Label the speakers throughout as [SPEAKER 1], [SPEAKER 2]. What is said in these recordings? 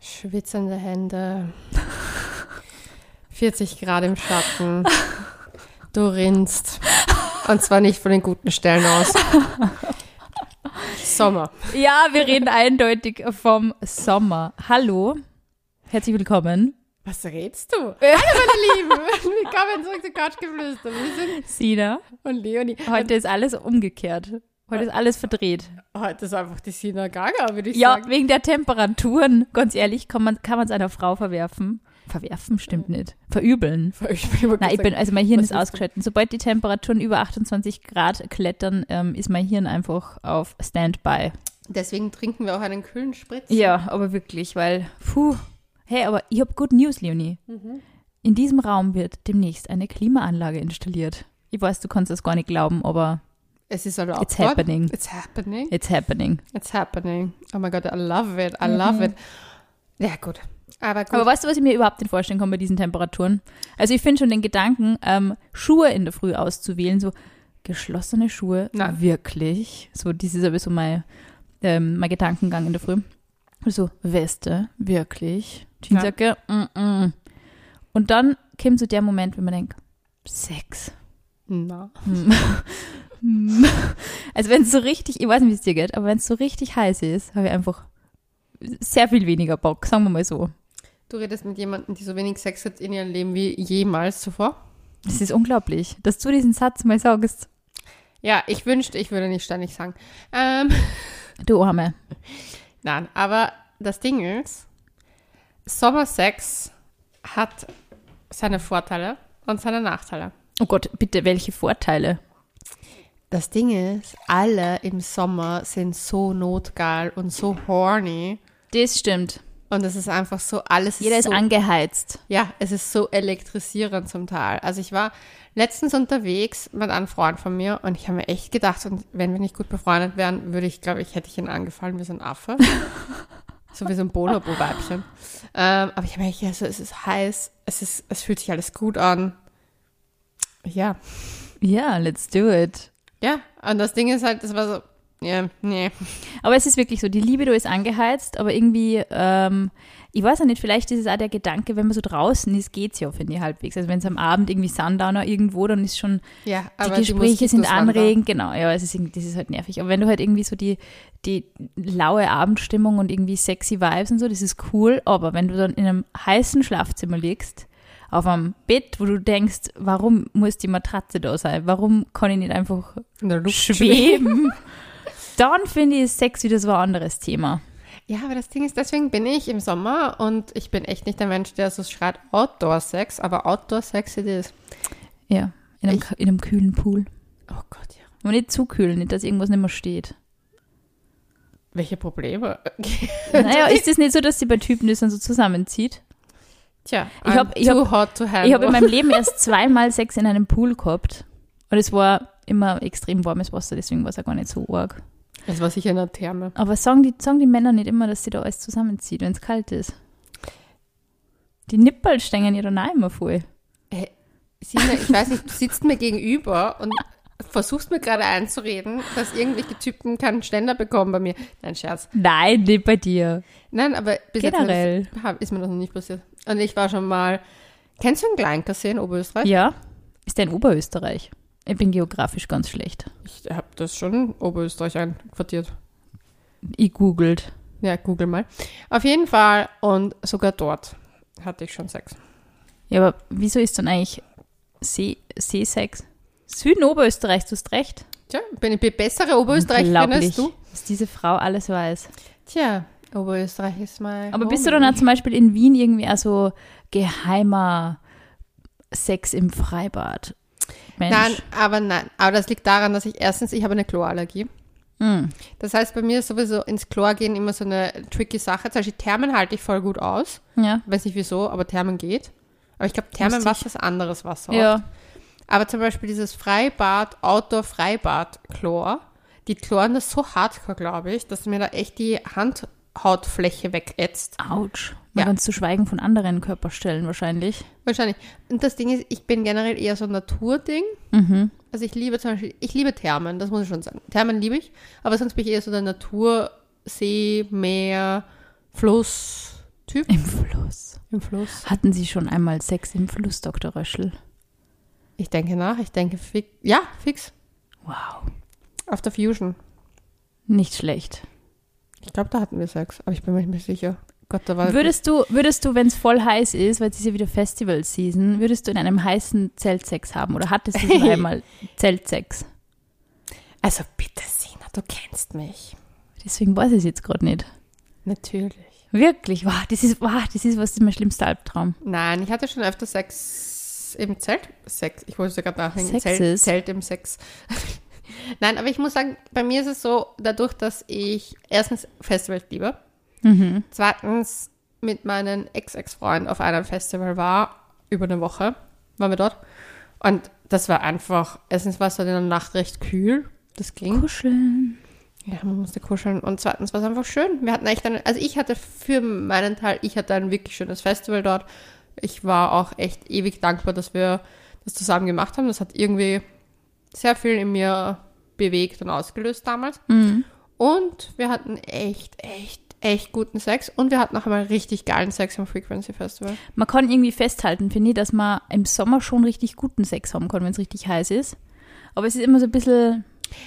[SPEAKER 1] schwitzende Hände, 40 Grad im Schatten, du rinnst. Und zwar nicht von den guten Stellen aus. Sommer.
[SPEAKER 2] Ja, wir reden eindeutig vom Sommer. Hallo, herzlich willkommen.
[SPEAKER 1] Was redst du? Hallo, meine Lieben. Willkommen zurück zu Couchgeflüster. Wir sind
[SPEAKER 2] Sina,
[SPEAKER 1] und Leonie.
[SPEAKER 2] heute ist alles umgekehrt. Heute ist alles verdreht.
[SPEAKER 1] Heute Oh, ist einfach die Sina Gaga, würde ich
[SPEAKER 2] Ja,
[SPEAKER 1] sagen.
[SPEAKER 2] wegen der Temperaturen. Ganz ehrlich, kann man es einer Frau verwerfen? Verwerfen stimmt nicht. Verübeln.
[SPEAKER 1] Ich bin, immer
[SPEAKER 2] Na, ich
[SPEAKER 1] gesagt,
[SPEAKER 2] bin, also mein Hirn
[SPEAKER 1] Was
[SPEAKER 2] ist
[SPEAKER 1] ist das?
[SPEAKER 2] ausgeschaltet. Sobald die Temperaturen über 28 Grad klettern, ähm, ist mein Hirn einfach auf Standby.
[SPEAKER 1] Deswegen trinken wir auch einen kühlen Spritz.
[SPEAKER 2] Ja, aber wirklich, weil, puh. Hey, aber ich habe Good News, Leonie. In diesem Raum wird demnächst eine Klimaanlage installiert. Ich weiß, du kannst das gar nicht glauben, aber
[SPEAKER 1] Es ist erlaubt.
[SPEAKER 2] It's happening.
[SPEAKER 1] It's happening.
[SPEAKER 2] it's happening.
[SPEAKER 1] It's happening. Oh mein Gott, I love it. I love it. Ja, gut. Mhm. Aber gut.
[SPEAKER 2] Aber weißt du, was ich mir überhaupt nicht vorstellen kann bei diesen Temperaturen? Also ich finde schon den Gedanken, ähm, Schuhe in der Früh auszuwählen, so geschlossene Schuhe,
[SPEAKER 1] Nein.
[SPEAKER 2] wirklich. So, das ist aber so mein, ähm, mein Gedankengang in der Früh. So, Weste, wirklich. Jeansjacke, mm -mm. Und dann kommt so der Moment, wenn man denkt, Sex.
[SPEAKER 1] Na.
[SPEAKER 2] Hm. Hm. also wenn es so richtig, ich weiß nicht, wie es dir geht, aber wenn es so richtig heiß ist, habe ich einfach sehr viel weniger Bock, sagen wir mal so.
[SPEAKER 1] Du redest mit jemandem, die so wenig Sex hat in ihrem Leben wie jemals zuvor.
[SPEAKER 2] Es ist unglaublich, dass du diesen Satz mal sagst.
[SPEAKER 1] Ja, ich wünschte, ich würde nicht ständig sagen. Ähm,
[SPEAKER 2] Du Arme.
[SPEAKER 1] nein, aber das Ding ist, Sommersex hat seine Vorteile und seine Nachteile.
[SPEAKER 2] Oh Gott, bitte, welche Vorteile?
[SPEAKER 1] Das Ding ist, alle im Sommer sind so notgeil und so horny.
[SPEAKER 2] Das stimmt.
[SPEAKER 1] Und es ist einfach so, alles
[SPEAKER 2] Jeder ist
[SPEAKER 1] so
[SPEAKER 2] angeheizt.
[SPEAKER 1] Ja, es ist so elektrisierend zum Teil. Also ich war letztens unterwegs mit einem Freund von mir und ich habe mir echt gedacht, und wenn wir nicht gut befreundet wären, würde ich, glaube ich, hätte ich ihn angefallen wie so ein Affe. so wie so ein Bonobo-Weibchen. Ähm, aber ich habe mir echt gedacht, so, es ist heiß, es, ist, es fühlt sich alles gut an. Ja,
[SPEAKER 2] Ja, let's do it.
[SPEAKER 1] ja. Und das Ding ist halt, das war so, ja, nee.
[SPEAKER 2] Aber es ist wirklich so, die Libido ist angeheizt, aber irgendwie, ähm, ich weiß ja nicht, vielleicht ist es auch der Gedanke, wenn man so draußen ist, geht's ja, finde ich, halbwegs. Also wenn es am Abend irgendwie Sundowner irgendwo, dann ist schon
[SPEAKER 1] Ja,
[SPEAKER 2] die
[SPEAKER 1] aber
[SPEAKER 2] Gespräche
[SPEAKER 1] Moskitos
[SPEAKER 2] sind
[SPEAKER 1] waren da.
[SPEAKER 2] anregend, genau, ja, es ist, irgendwie- das ist halt nervig. Aber wenn du halt irgendwie so die, die laue Abendstimmung und irgendwie sexy Vibes und so, das ist cool, aber wenn du dann in einem heißen Schlafzimmer liegst, auf einem Bett, wo du denkst, warum muss die Matratze da sein? Warum kann ich nicht einfach
[SPEAKER 1] In der Luft
[SPEAKER 2] schweben? dann finde ich ist Sex wieder so ein anderes Thema.
[SPEAKER 1] Ja, aber das Ding ist, deswegen bin ich im Sommer und ich bin echt nicht der Mensch, der so schreit Outdoor-Sex, aber Outdoor-Sex it is.
[SPEAKER 2] Ja, in einem, in einem kühlen Pool.
[SPEAKER 1] Oh Gott, ja.
[SPEAKER 2] Aber nicht zu kühl, nicht, dass irgendwas nicht mehr steht.
[SPEAKER 1] Welche Probleme?
[SPEAKER 2] Naja, ist es nicht so, dass die bei Typen das dann so zusammenzieht?
[SPEAKER 1] Tja,
[SPEAKER 2] Ich
[SPEAKER 1] I'm
[SPEAKER 2] hab- ich
[SPEAKER 1] too hot to handle.
[SPEAKER 2] Ich habe in meinem Leben erst zweimal Sex in einem Pool gehabt. Und es war immer extrem warmes Wasser, deswegen war es auch gar nicht so arg.
[SPEAKER 1] das war sicher eine Therme.
[SPEAKER 2] Aber sagen die, sagen die Männer nicht immer, dass sie da alles zusammenzieht, wenn es kalt ist? Die Nippel stängen ja dann auch immer voll.
[SPEAKER 1] Sina, ich weiß nicht, du sitzt mir gegenüber und versuchst mir gerade einzureden, dass irgendwelche Typen keinen Ständer bekommen bei mir. Nein, Scherz.
[SPEAKER 2] Nein, nicht bei dir.
[SPEAKER 1] Nein, aber bis
[SPEAKER 2] Generell.
[SPEAKER 1] jetzt mir das- hab- ist mir das noch nicht passiert. Und ich war schon mal, kennst du einen Kleinkassi in Oberösterreich?
[SPEAKER 2] Ja? Ist der in Oberösterreich? Ich bin geografisch ganz schlecht.
[SPEAKER 1] Ich habe das schon in Oberösterreich einquartiert.
[SPEAKER 2] Ich googelt.
[SPEAKER 1] Ja, google mal. Auf jeden Fall und sogar dort hatte ich schon Sex.
[SPEAKER 2] Ja, aber wieso ist dann eigentlich See, Seesex? Süden Oberösterreichs, du hast recht.
[SPEAKER 1] Tja, bin ich bin bessere Oberösterreicherin als
[SPEAKER 2] Unglaublich,
[SPEAKER 1] du?
[SPEAKER 2] was diese Frau alles weiß.
[SPEAKER 1] Tja, Oberösterreich ist mal.
[SPEAKER 2] Aber bist du dann auch zum Beispiel in Wien irgendwie auch so geheimer Sex im Freibad?
[SPEAKER 1] Nein,
[SPEAKER 2] Mensch.
[SPEAKER 1] aber nein. Aber das liegt daran, dass ich erstens, ich habe eine Chlorallergie.
[SPEAKER 2] Hm.
[SPEAKER 1] Das heißt, bei mir ist sowieso ins Chlor gehen immer so eine tricky Sache. Zum Beispiel Thermen halte ich voll gut aus.
[SPEAKER 2] Hm. Ja.
[SPEAKER 1] Weiß nicht wieso, aber Thermen geht. Aber ich glaube, Thermenwasser ist anderes Wasser.
[SPEAKER 2] Ja.
[SPEAKER 1] Aber zum Beispiel dieses Freibad, Outdoor-Freibad-Chlor, die chloren das so hardcore, glaube ich, dass mir da echt die Handhautfläche wegätzt.
[SPEAKER 2] Autsch. Mal
[SPEAKER 1] Ja.
[SPEAKER 2] ganz zu schweigen von anderen Körperstellen wahrscheinlich.
[SPEAKER 1] Wahrscheinlich. Und das Ding ist, ich bin generell eher so ein Naturding.
[SPEAKER 2] Mhm.
[SPEAKER 1] Also ich liebe zum Beispiel, ich liebe Thermen, das muss ich schon sagen. Thermen liebe ich, aber sonst bin ich eher so der Natur, See, Meer, Fluss, Typ
[SPEAKER 2] Im Fluss.
[SPEAKER 1] im Fluss.
[SPEAKER 2] Hatten Sie schon einmal Sex im Fluss, Dr. Röschel?
[SPEAKER 1] Ich denke nach, ich denke fix. Ja, fix.
[SPEAKER 2] Wow.
[SPEAKER 1] Auf der Fusion.
[SPEAKER 2] Nicht schlecht.
[SPEAKER 1] Ich glaube, da hatten wir Sex, aber ich bin mir nicht mehr sicher. Gott, da war
[SPEAKER 2] Würdest du, würdest du wenn es voll heiß ist, weil es ist ja wieder Festival-Season, würdest du in einem heißen Zelt Sex haben? Oder hattest du schon einmal Zeltsex?
[SPEAKER 1] Also bitte, Sina, du kennst mich.
[SPEAKER 2] Deswegen weiß ich es jetzt gerade nicht.
[SPEAKER 1] Natürlich.
[SPEAKER 2] Wirklich, wow, das ist, wow, das ist was ist mein schlimmster Albtraum.
[SPEAKER 1] Nein, ich hatte schon öfter Sex im Zelt. Sex, ich wollte sogar nachdenken.
[SPEAKER 2] Sex
[SPEAKER 1] Zelt,
[SPEAKER 2] ist-
[SPEAKER 1] Zelt im Sex. Nein, aber ich muss sagen, bei mir ist es so, dadurch, dass ich erstens Festivals liebe, Mhm. zweitens mit meinen Ex-Ex-Freunden auf einem Festival war, über eine Woche waren wir dort. Und das war einfach, erstens war es dort in der Nacht recht kühl, das ging.
[SPEAKER 2] Kuscheln.
[SPEAKER 1] Ja, man musste kuscheln. Und zweitens war es einfach schön. Wir hatten echt eine, also ich hatte für meinen Teil, ich hatte ein wirklich schönes Festival dort. Ich war auch echt ewig dankbar, dass wir das zusammen gemacht haben. Das hat irgendwie sehr viel in mir bewegt und ausgelöst damals. Und wir hatten echt, echt, echt guten Sex. Und wir hatten auch einmal richtig geilen Sex am Frequency Festival.
[SPEAKER 2] Man kann irgendwie festhalten, finde ich, dass man im Sommer schon richtig guten Sex haben kann, wenn es richtig heiß ist. Aber es ist immer so ein bisschen,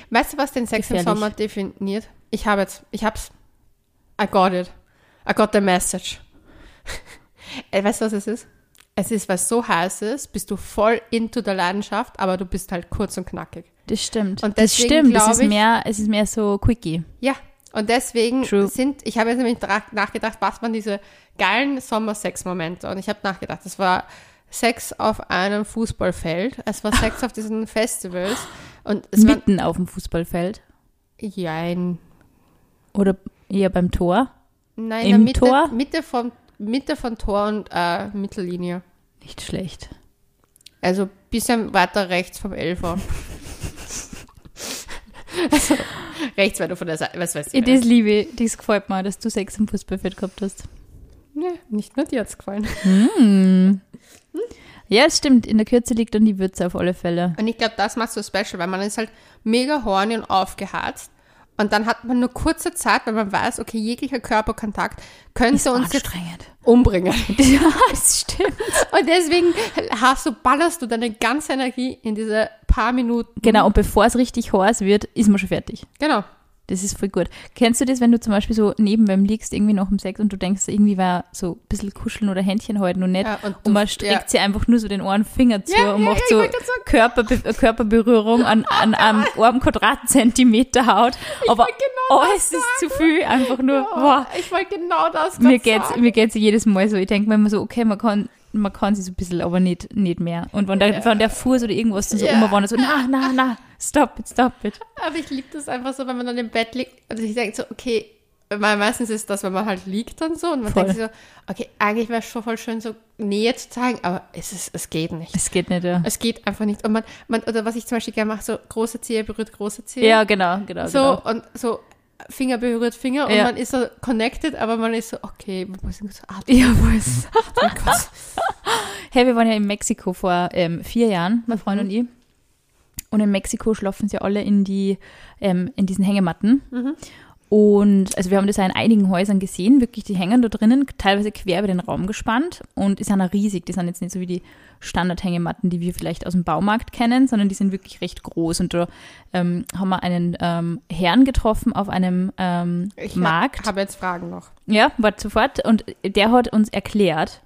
[SPEAKER 1] Weißt du, was den Sex im
[SPEAKER 2] Gefährlich.
[SPEAKER 1] Sommer definiert? Ich habe jetzt, ich hab's. I got it. I got the message. Äh, weißt du, was es ist? Es ist, weil es so heiß ist, bist du voll into der Leidenschaft, aber du bist halt kurz und knackig.
[SPEAKER 2] das stimmt.
[SPEAKER 1] Und
[SPEAKER 2] das
[SPEAKER 1] deswegen
[SPEAKER 2] stimmt, es
[SPEAKER 1] glaub
[SPEAKER 2] ist,
[SPEAKER 1] ich-
[SPEAKER 2] mehr, es ist mehr so quickie.
[SPEAKER 1] Ja. Und deswegen
[SPEAKER 2] True.
[SPEAKER 1] sind, ich habe jetzt nämlich dra- nachgedacht, was waren diese geilen Sommersex-Momente? Und ich habe nachgedacht, das war Sex auf einem Fußballfeld, es war Sex auf diesen Festivals und es war,
[SPEAKER 2] Mitten auf dem Fußballfeld
[SPEAKER 1] jein,
[SPEAKER 2] oder eher beim Tor.
[SPEAKER 1] Nein,
[SPEAKER 2] Im
[SPEAKER 1] in der Mitte,
[SPEAKER 2] Tor?
[SPEAKER 1] Mitte, von, Mitte von Tor und äh, Mittellinie.
[SPEAKER 2] Nicht schlecht.
[SPEAKER 1] Also ein bisschen weiter rechts vom Elfer. also, rechts, weil du von der Seite, was weiß ich.
[SPEAKER 2] Das liebe ich, das gefällt mir, dass du Sex im Fußballfeld gehabt hast.
[SPEAKER 1] Nee, nicht nur dir hat's gefallen.
[SPEAKER 2] Ja, es stimmt, in der Kürze liegt dann die Würze auf alle Fälle.
[SPEAKER 1] Und ich glaube, das macht so special, weil man ist halt mega horny und aufgeheizt. Und dann hat man nur kurze Zeit, weil man weiß, okay, jeglicher Körperkontakt könnte uns jetzt
[SPEAKER 2] anstrengend.
[SPEAKER 1] umbringen.
[SPEAKER 2] Ja, es stimmt.
[SPEAKER 1] Und deswegen hast du, ballerst du deine ganze Energie in diese paar Minuten.
[SPEAKER 2] Genau, und bevor es richtig heiß wird, ist man schon fertig.
[SPEAKER 1] Genau.
[SPEAKER 2] Das ist voll gut. Kennst du das, wenn du zum Beispiel so neben wem liegst, irgendwie noch im Sex und du denkst, irgendwie war so ein bisschen kuscheln oder Händchen halten und nicht.
[SPEAKER 1] Ja, und
[SPEAKER 2] und,
[SPEAKER 1] du-
[SPEAKER 2] man streckt
[SPEAKER 1] ja.
[SPEAKER 2] sie einfach nur so den einen Finger zu
[SPEAKER 1] Ja,
[SPEAKER 2] und
[SPEAKER 1] ja,
[SPEAKER 2] macht
[SPEAKER 1] ja,
[SPEAKER 2] so
[SPEAKER 1] ich wollte grad sagen.
[SPEAKER 2] Körperbe äh, Körperberührung an, an einem, einem Quadratzentimeter Haut. Aber
[SPEAKER 1] wollte genau
[SPEAKER 2] oh,
[SPEAKER 1] das
[SPEAKER 2] es ist zu viel. Einfach nur, boah,
[SPEAKER 1] ich wollte genau das
[SPEAKER 2] mir
[SPEAKER 1] grad
[SPEAKER 2] geht's,
[SPEAKER 1] sagen.
[SPEAKER 2] mir geht's jedes Mal so. Ich denke mir immer so, okay, man kann, man kann sie so ein bisschen, aber nicht, nicht mehr. Und wenn der, wenn der Fuß oder irgendwas dann so
[SPEAKER 1] Ja.
[SPEAKER 2] umwandert, so, na, na, na, stop it, stop it.
[SPEAKER 1] Aber Also ich liebe das einfach so, wenn man dann im Bett liegt und ich denke so, okay, weil meistens ist das, wenn man halt liegt und so und man
[SPEAKER 2] Voll.
[SPEAKER 1] denkt sich so, okay, eigentlich wäre es schon voll schön, so Nähe zu zeigen, aber es, ist, es geht nicht.
[SPEAKER 2] Es geht nicht, ja.
[SPEAKER 1] Es geht einfach nicht. Und man, man, oder was ich zum Beispiel gerne mache, so große Zehe berührt große Zehe.
[SPEAKER 2] Ja, genau, genau.
[SPEAKER 1] So
[SPEAKER 2] genau.
[SPEAKER 1] und so Finger berührt Finger und
[SPEAKER 2] Ja.
[SPEAKER 1] man ist so connected, aber man ist so, okay, man muss so atmen.
[SPEAKER 2] Ja, was? hey, wir waren ja in Mexiko vor ähm, vier Jahren, mein Freund und ich. Und in Mexiko schlafen sie alle in, die, ähm, in diesen Hängematten. Und also wir haben das ja in einigen Häusern gesehen, wirklich, die hängen da drinnen, teilweise quer über den Raum gespannt und die sind auch riesig. Die sind jetzt nicht so wie die Standardhängematten, die wir vielleicht aus dem Baumarkt kennen, sondern die sind wirklich recht groß. Und da ähm, haben wir einen ähm, Herrn getroffen auf einem ähm,
[SPEAKER 1] Ich
[SPEAKER 2] Markt.
[SPEAKER 1] habe jetzt Fragen noch.
[SPEAKER 2] Ja, warte sofort. Und der hat uns erklärt,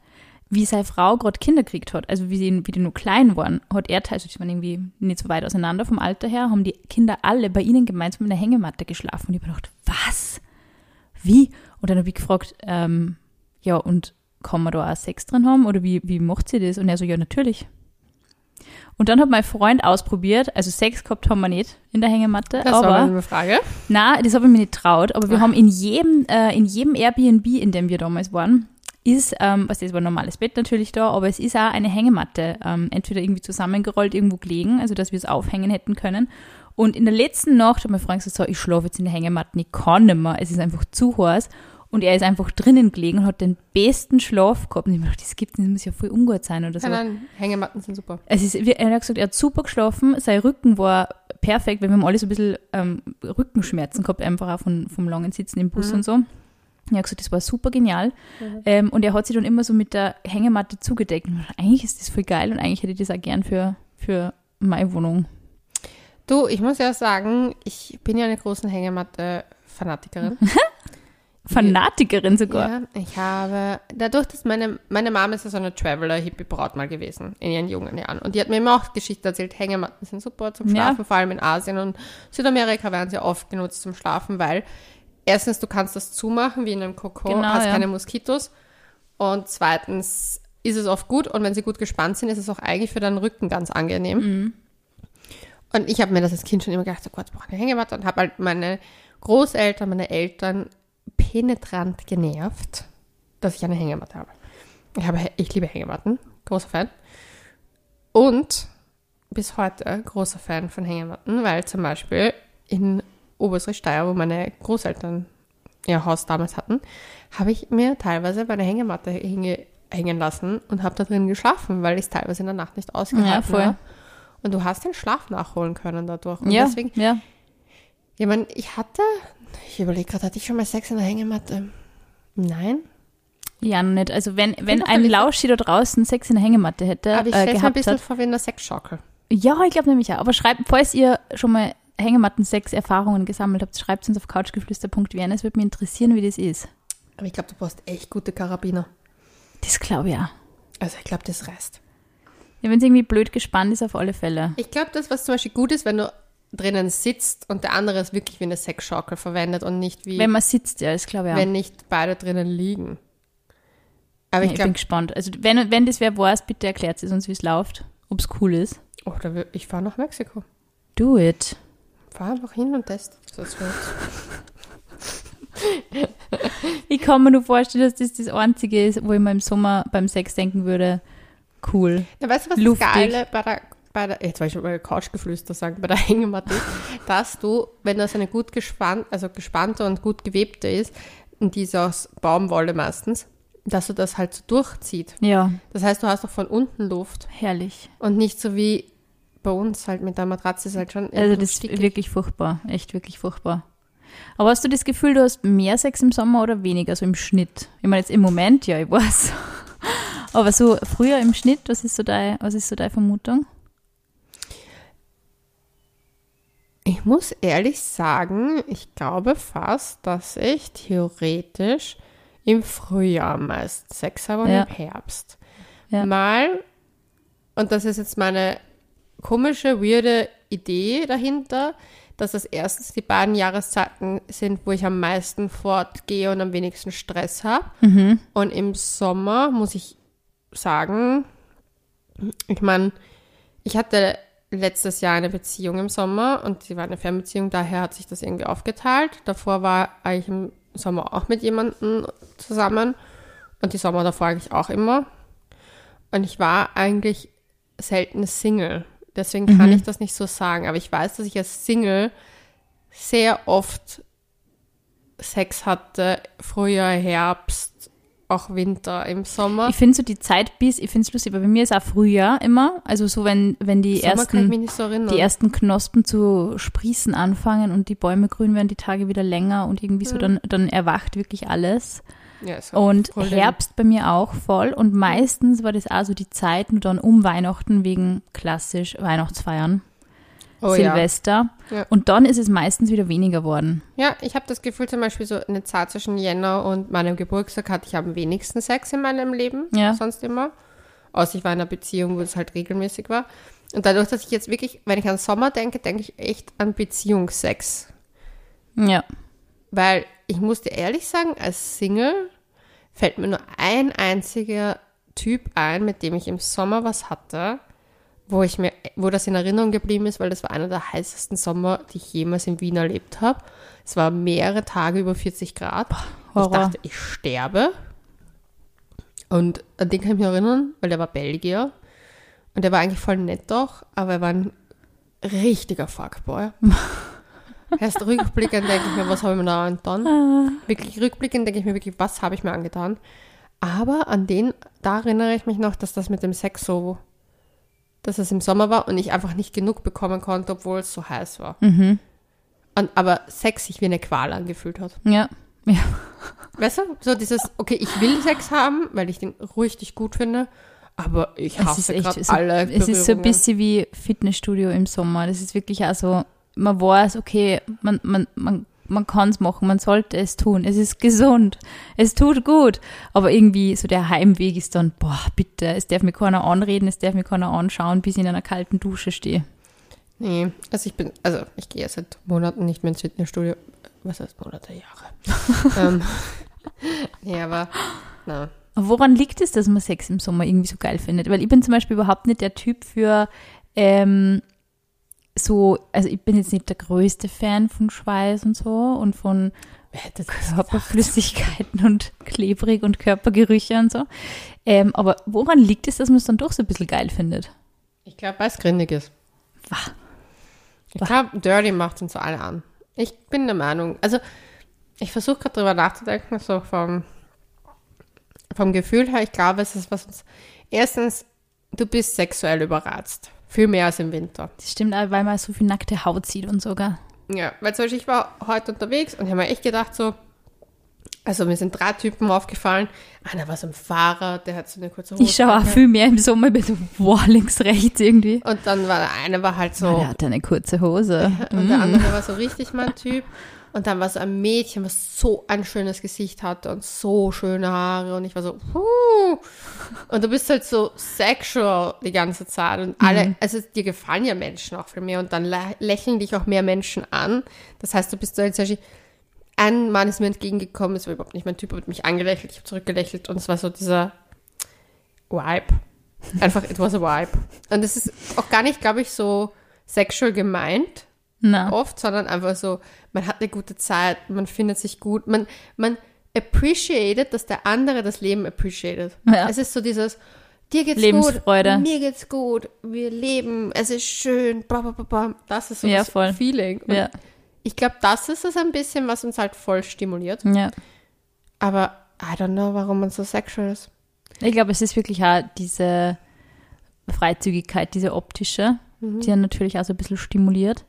[SPEAKER 2] wie seine Frau gerade Kinder gekriegt hat. Also wie, sie, wie die nur klein waren, hat er teils, die waren irgendwie nicht so weit auseinander vom Alter her, haben die Kinder alle bei ihnen gemeinsam in der Hängematte geschlafen. Und ich hab mir gedacht, was? Wie? Und dann hab ich gefragt, ähm, ja, und kann man da auch Sex drin haben? Oder wie, wie macht sie das? Und er so, ja, natürlich. Und dann hat mein Freund ausprobiert, also Sex gehabt haben wir nicht in der Hängematte,
[SPEAKER 1] Das
[SPEAKER 2] aber
[SPEAKER 1] war eine Frage.
[SPEAKER 2] na, das habe ich mir nicht traut, aber wir
[SPEAKER 1] Ach.
[SPEAKER 2] haben in jedem, äh, in jedem Airbnb, in dem wir damals waren, ist, ähm, was das war ein normales Bett natürlich da, aber es ist auch eine Hängematte, ähm, entweder irgendwie zusammengerollt, irgendwo gelegen, also dass wir es aufhängen hätten können. Und in der letzten Nacht hat mein Freund gesagt, so, ich schlafe jetzt in der Hängematte, ich kann nicht mehr, es ist einfach zu heiß. Und er ist einfach drinnen gelegen und hat den besten Schlaf gehabt. Und ich hab mir gedacht, das gibt's nicht, das muss ja voll ungut sein oder so.
[SPEAKER 1] Nein, nein, Hängematten sind super.
[SPEAKER 2] Es ist, wie- er hat gesagt, er hat super geschlafen, sein Rücken war
[SPEAKER 1] Mhm.
[SPEAKER 2] perfekt, weil wir haben alle so ein bisschen ähm, Rückenschmerzen gehabt, einfach auch von, vom langen Sitzen im Bus und so. Er hat gesagt, das war super genial. Ähm, und er hat sie dann immer so mit der Hängematte zugedeckt. Und eigentlich ist das voll geil und eigentlich hätte ich das auch gern für, für meine Wohnung.
[SPEAKER 1] Du, ich muss ja sagen, ich bin ja eine große Hängematte-Fanatikerin.
[SPEAKER 2] Fanatikerin sogar.
[SPEAKER 1] Ja, ich habe, dadurch, dass meine, meine Mama ist ja so eine Traveler-Hippie-Braut mal gewesen in ihren jungen Jahren. Und die hat mir immer auch Geschichten erzählt, Hängematten sind super zum
[SPEAKER 2] Ja.
[SPEAKER 1] Schlafen, vor allem in Asien und Südamerika werden sie oft genutzt zum Schlafen, weil erstens, du kannst das zumachen wie in einem Kokon,
[SPEAKER 2] Genau,
[SPEAKER 1] hast
[SPEAKER 2] ja.
[SPEAKER 1] keine Moskitos. Und zweitens ist es oft gut und wenn sie gut gespannt sind, ist es auch eigentlich für deinen Rücken ganz angenehm.
[SPEAKER 2] Mhm.
[SPEAKER 1] Und ich habe mir das als Kind schon immer gedacht, so Gott, ich brauche eine Hängematte und habe halt meine Großeltern, meine Eltern penetrant genervt, dass ich eine Hängematte habe. Ich, habe, ich liebe Hängematten, großer Fan. Und bis heute großer Fan von Hängematten, weil zum Beispiel in Oberösterreich-Steyr, wo meine Großeltern ihr Haus damals hatten, habe ich mir teilweise meine Hängematte hinge hängen lassen und habe da drin geschlafen, weil ich es teilweise in der Nacht nicht
[SPEAKER 2] Ja,
[SPEAKER 1] ausgehalten
[SPEAKER 2] voll.
[SPEAKER 1] habe. Und du hast den Schlaf nachholen können dadurch. Und
[SPEAKER 2] ja,
[SPEAKER 1] deswegen,
[SPEAKER 2] ja.
[SPEAKER 1] ich meine, ich hatte, ich überlege gerade, hatte ich schon mal Sex in der Hängematte? Nein.
[SPEAKER 2] Ja, noch nicht. Also wenn, wenn
[SPEAKER 1] doch
[SPEAKER 2] ein
[SPEAKER 1] dann-
[SPEAKER 2] Lauschi da draußen Sex in der Hängematte hätte
[SPEAKER 1] Aber ich
[SPEAKER 2] äh,
[SPEAKER 1] stelle mir ein
[SPEAKER 2] gehabt
[SPEAKER 1] bisschen
[SPEAKER 2] hat.
[SPEAKER 1] vor wie in der Sexschaukel.
[SPEAKER 2] Ja, ich glaube nämlich auch. Aber schreibt, falls ihr schon mal Hängematten-Sex-Erfahrungen gesammelt habt, schreibt uns auf couchgeflüster.wien. Es würde mich interessieren, wie das ist.
[SPEAKER 1] Aber ich glaube, du brauchst echt gute Karabiner.
[SPEAKER 2] Das glaube ich auch.
[SPEAKER 1] Also ich glaube, das reißt.
[SPEAKER 2] Ja, wenn es irgendwie blöd gespannt ist, auf alle Fälle.
[SPEAKER 1] Ich glaube, das, was zum Beispiel gut ist, wenn du drinnen sitzt und der andere ist wirklich wie eine Sexschaukel verwendet und nicht wie,
[SPEAKER 2] Wenn
[SPEAKER 1] wenn,
[SPEAKER 2] man sitzt, ja, das glaube ich auch.
[SPEAKER 1] nicht beide drinnen liegen. Aber ich
[SPEAKER 2] ja, ich bin
[SPEAKER 1] glaube,
[SPEAKER 2] gespannt. Also wenn, wenn das wer weiß, bitte erklärt es uns, wie es läuft. Ob es cool ist.
[SPEAKER 1] oh, da wür- ich fahre nach Mexiko.
[SPEAKER 2] Do it.
[SPEAKER 1] Fahr einfach hin und test. Das wird-
[SPEAKER 2] Ich kann mir nur vorstellen, dass das das Einzige ist, wo ich mir im Sommer beim Sex denken würde, cool.
[SPEAKER 1] Na, weißt du, was
[SPEAKER 2] Luftig.
[SPEAKER 1] das Geile bei der, bei der jetzt war ich schon bei Couchgeflüster sagen, bei der Hängematte ist, dass du, wenn das eine gut gespannt, also gespannte und gut gewebte ist, und die ist aus Baumwolle meistens, dass du das halt so durchzieht.
[SPEAKER 2] Ja,
[SPEAKER 1] Das heißt, du hast auch von unten Luft.
[SPEAKER 2] herrlich.
[SPEAKER 1] Und nicht so wie bei uns halt mit der Matratze ist halt schon.
[SPEAKER 2] Also das ist
[SPEAKER 1] stickig.
[SPEAKER 2] wirklich furchtbar, echt wirklich furchtbar. Aber hast du das Gefühl, du hast mehr Sex im Sommer oder weniger, so im Schnitt? Ich meine jetzt im Moment, ja, ich weiß. Aber so früher im Schnitt, was ist so deine, was ist so deine Vermutung?
[SPEAKER 1] ich muss ehrlich sagen, ich glaube fast, dass ich theoretisch im Frühjahr meist Sex habe und
[SPEAKER 2] Ja.
[SPEAKER 1] im Herbst.
[SPEAKER 2] Ja.
[SPEAKER 1] Mal, und das ist jetzt meine komische, weirde Idee dahinter, dass das erstens die beiden Jahreszeiten sind, wo ich am meisten fortgehe und am wenigsten Stress habe.
[SPEAKER 2] Mhm.
[SPEAKER 1] Und im Sommer muss ich sagen, ich meine, ich hatte letztes Jahr eine Beziehung im Sommer und sie war eine Fernbeziehung, daher hat sich das irgendwie aufgeteilt. Davor war ich im Sommer auch mit jemandem zusammen und die Sommer davor eigentlich auch immer. Und ich war eigentlich selten Single. Deswegen kann
[SPEAKER 2] Mhm.
[SPEAKER 1] ich das nicht so sagen. Aber ich weiß, dass ich als Single sehr oft Sex hatte, Frühjahr, Herbst, auch Winter im Sommer.
[SPEAKER 2] Ich finde so die Zeit bis, ich finde es lustig, weil bei mir ist auch Frühjahr immer, also so wenn, wenn die
[SPEAKER 1] Sommer kann ich mich
[SPEAKER 2] ersten,
[SPEAKER 1] nicht so erinnern.
[SPEAKER 2] die ersten Knospen zu sprießen anfangen und die Bäume grün werden, die Tage wieder länger und irgendwie so dann, dann erwacht wirklich alles.
[SPEAKER 1] Ja, es war
[SPEAKER 2] Und
[SPEAKER 1] voll den-
[SPEAKER 2] Herbst bei mir auch voll. Und meistens war das also die Zeit nur dann um Weihnachten wegen klassisch Weihnachtsfeiern,
[SPEAKER 1] Oh ja.
[SPEAKER 2] Silvester.
[SPEAKER 1] Ja.
[SPEAKER 2] Und dann ist es meistens wieder weniger worden.
[SPEAKER 1] ja, ich habe das Gefühl, zum Beispiel so eine Zeit zwischen Jänner und meinem Geburtstag hatte ich am wenigsten Sex in meinem Leben,
[SPEAKER 2] Ja.
[SPEAKER 1] sonst immer. Außer ich war in einer Beziehung, wo es halt regelmäßig war. Und dadurch, dass ich jetzt wirklich, wenn ich an Sommer denke, denke ich echt an Beziehungssex.
[SPEAKER 2] Ja.
[SPEAKER 1] Weil ich muss dir ehrlich sagen, als Single fällt mir nur ein einziger Typ ein, mit dem ich im Sommer was hatte, wo ich mir, wo das in Erinnerung geblieben ist, weil das war einer der heißesten Sommer, die ich jemals in Wien erlebt habe. Es war mehrere Tage über 40 Grad. ich
[SPEAKER 2] Horror.
[SPEAKER 1] dachte, ich sterbe. Und an den kann ich mich erinnern, weil der war Belgier. Und der war eigentlich voll nett doch, aber er war ein richtiger Fuckboy. Erst rückblickend denke ich mir, was habe ich mir da angetan? Wirklich rückblickend denke ich mir wirklich, was habe ich mir angetan? Aber an den, da erinnere ich mich noch, dass das mit dem Sex so, dass es im Sommer war und ich einfach nicht genug bekommen
[SPEAKER 2] Mhm.
[SPEAKER 1] konnte, obwohl es so heiß war. Und, aber sexig wie eine Qual angefühlt hat.
[SPEAKER 2] Ja. Ja.
[SPEAKER 1] Weißt du, so dieses, okay, ich will Sex haben, weil ich den richtig gut finde, aber ich
[SPEAKER 2] Es ist
[SPEAKER 1] hasse
[SPEAKER 2] echt,
[SPEAKER 1] gerade
[SPEAKER 2] es,
[SPEAKER 1] alle
[SPEAKER 2] es ist so ein
[SPEAKER 1] Berührungen.
[SPEAKER 2] bisschen wie Fitnessstudio im Sommer. Das ist wirklich auch so, man weiß, okay, man, man, man, man kann es machen, man sollte es tun. Es ist gesund, es tut gut. Aber irgendwie so der Heimweg ist dann, boah, bitte, es darf mir keiner anreden, es darf mir keiner anschauen, bis ich in einer kalten Dusche stehe.
[SPEAKER 1] Nee, also ich bin, also ich gehe jetzt seit Monaten nicht mehr ins Fitnessstudio. Was heißt Monate, Jahre? ähm, nee, aber, na.
[SPEAKER 2] Aber Woran liegt es, dass man Sex im Sommer irgendwie so geil findet? Weil ich bin zum Beispiel überhaupt nicht der Typ für ähm, so, also ich bin jetzt nicht der größte Fan von Schweiß und so und von Körperflüssigkeiten und klebrig und Körpergerüche und so. Ähm, aber woran liegt es, dass man es dann doch so ein bisschen geil findet?
[SPEAKER 1] Ich glaube, weil es grindig ist.
[SPEAKER 2] Wah.
[SPEAKER 1] Ich glaube, Dirty macht uns alle an. Ich bin der Meinung, also ich versuche gerade drüber nachzudenken, so vom, vom Gefühl her, ich glaube, es ist was uns. Erstens, du bist sexuell überreizt. Viel mehr als im Winter.
[SPEAKER 2] Das stimmt auch, weil man so viel nackte Haut sieht und sogar.
[SPEAKER 1] Ja, weil zum Beispiel ich war heute unterwegs und ich habe mir echt gedacht so, also mir sind drei Typen aufgefallen. Einer war so ein Fahrer, der hat so eine kurze Hose.
[SPEAKER 2] Ich schaue auch viel mehr im Sommer, ich bin so, wow, links, rechts irgendwie.
[SPEAKER 1] Und dann war der eine war halt
[SPEAKER 2] Ah,
[SPEAKER 1] so,
[SPEAKER 2] Der hat eine kurze Hose.
[SPEAKER 1] und der andere war so richtig mein Typ. Und dann war so ein Mädchen, was so ein schönes Gesicht hatte und so schöne Haare. Und ich war so, huh. Und du bist halt so sexual die ganze Zeit. Und alle, also dir gefallen ja Menschen auch viel mehr. Und dann lä- lächeln dich auch mehr Menschen an. Das heißt, du bist so jetzt zum Beispiel, ein Mann ist mir entgegengekommen, das war überhaupt nicht mein Typ, hat mich angelächelt, ich habe zurückgelächelt. Und es war so dieser Vibe. Einfach, it was a vibe. Und das ist auch gar nicht, glaube ich, so sexual gemeint,
[SPEAKER 2] Na.
[SPEAKER 1] oft, sondern einfach so, man hat eine gute Zeit, man findet sich gut, man, man appreciated, dass der andere das Leben appreciated.
[SPEAKER 2] Ja.
[SPEAKER 1] Es ist so dieses, dir geht's
[SPEAKER 2] Lebensfreude.
[SPEAKER 1] gut, mir geht's gut, wir leben, es ist schön, bla bla bla bla. Das ist so
[SPEAKER 2] Ja,
[SPEAKER 1] das
[SPEAKER 2] voll.
[SPEAKER 1] Feeling. Und
[SPEAKER 2] Ja,
[SPEAKER 1] Ich glaube, das ist es ein bisschen, was uns halt voll stimuliert.
[SPEAKER 2] ja.
[SPEAKER 1] Aber I don't know, warum man so sexual ist.
[SPEAKER 2] Ich glaube, es ist wirklich auch diese Freizügigkeit, diese optische, die ja natürlich auch so ein bisschen stimuliert.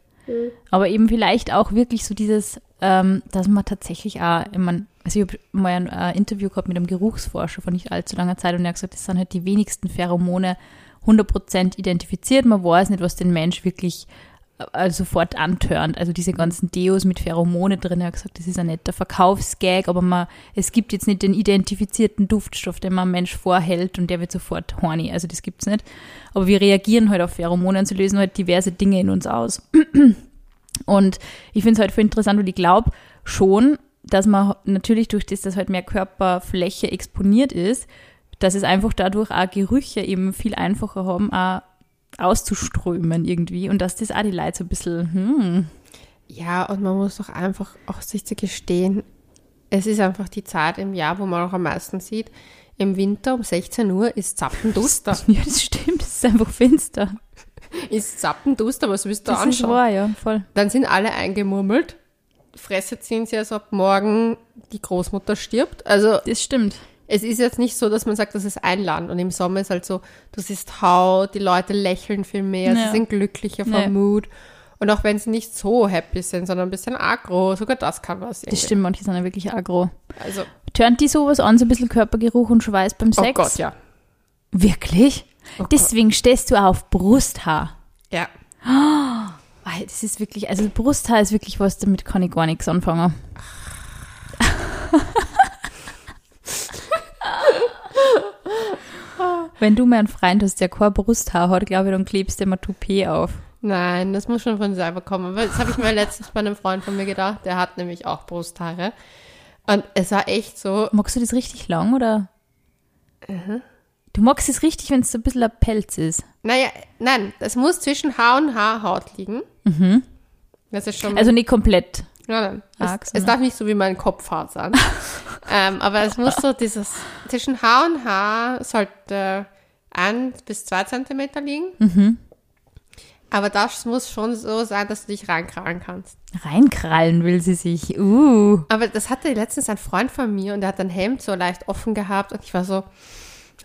[SPEAKER 2] Aber eben vielleicht auch wirklich so dieses, ähm, dass man tatsächlich auch, ich mein, also ich habe mal ein äh, Interview gehabt mit einem Geruchsforscher vor nicht allzu langer Zeit und er hat gesagt, das sind halt die wenigsten Pheromone 100% identifiziert. Man weiß nicht, was den Mensch wirklich äh, sofort antörnt. Also diese ganzen Deos mit Pheromone drin. Er hat gesagt, das ist ein netter Verkaufsgag, aber man, es gibt jetzt nicht den identifizierten Duftstoff, den man einem Mensch vorhält und der wird sofort horny. Also das gibt's nicht. Aber wir reagieren halt auf Pheromone und sie lösen halt diverse Dinge in uns aus. Und ich finde es halt voll interessant und ich glaube schon, dass man natürlich durch das, dass halt mehr Körperfläche exponiert ist, dass es einfach dadurch auch Gerüche eben viel einfacher haben, auch auszuströmen irgendwie und dass das auch die Leute so ein bisschen, hm,
[SPEAKER 1] Ja, und man muss doch einfach auch sich zu gestehen, es ist einfach die Zeit im Jahr, wo man auch am meisten sieht. Im Winter um 16 Uhr ist Zappenduster.
[SPEAKER 2] ja, das stimmt, es ist einfach finster.
[SPEAKER 1] ist Zappenduster, was willst du
[SPEAKER 2] Das ist
[SPEAKER 1] anschauen?
[SPEAKER 2] wahr, ja, voll.
[SPEAKER 1] Dann sind alle eingemurmelt. Fresse ziehen sie, als ob morgen die Großmutter stirbt. Also
[SPEAKER 2] Das stimmt.
[SPEAKER 1] es ist jetzt nicht so, dass man sagt, das ist ein Land. Und im Sommer ist halt so, du siehst Haut, die Leute lächeln viel mehr,
[SPEAKER 2] Ja.
[SPEAKER 1] sie sind glücklicher vom
[SPEAKER 2] Ja.
[SPEAKER 1] Mood. Und auch wenn sie nicht so happy sind, sondern ein bisschen aggro, sogar das kann was.
[SPEAKER 2] Das
[SPEAKER 1] Irgendwie.
[SPEAKER 2] stimmt, manche sind ja wirklich aggro.
[SPEAKER 1] Also,
[SPEAKER 2] Turnt die sowas an, so ein bisschen Körpergeruch und Schweiß beim Sex?
[SPEAKER 1] oh Gott, ja.
[SPEAKER 2] Wirklich?
[SPEAKER 1] Oh Gott.
[SPEAKER 2] Deswegen stehst du auf Brusthaar.
[SPEAKER 1] Ja.
[SPEAKER 2] Weil das ist wirklich, also Brusthaar ist wirklich was, damit kann ich gar nichts anfangen. Wenn du mal einen Freund hast, der kein Brusthaar hat, glaube ich, dann klebst du ihm ein Toupet auf.
[SPEAKER 1] Nein, das muss schon von selber kommen. Weil Das habe ich mir letztens bei einem Freund von mir gedacht, der hat nämlich auch Brusthaare. Und es war echt so,
[SPEAKER 2] Magst du das richtig lang oder? Du magst es richtig, wenn es so ein bisschen ein Pelz ist.
[SPEAKER 1] naja, nein, es muss zwischen Haar und Haarhaut liegen. Das ist schon.
[SPEAKER 2] Also nicht komplett.
[SPEAKER 1] nein, nein. Es,
[SPEAKER 2] Achsen,
[SPEAKER 1] es
[SPEAKER 2] ne?
[SPEAKER 1] darf nicht so wie mein Kopfhaar sein. ähm, aber es muss so dieses, zwischen Haar und Haar sollte ein bis zwei Zentimeter liegen. Aber das muss schon so sein, dass du dich reinkrallen kannst.
[SPEAKER 2] Reinkrallen will sie sich. Uh.
[SPEAKER 1] Aber das hatte letztens ein Freund von mir und der hat ein Hemd so leicht offen gehabt und ich war so,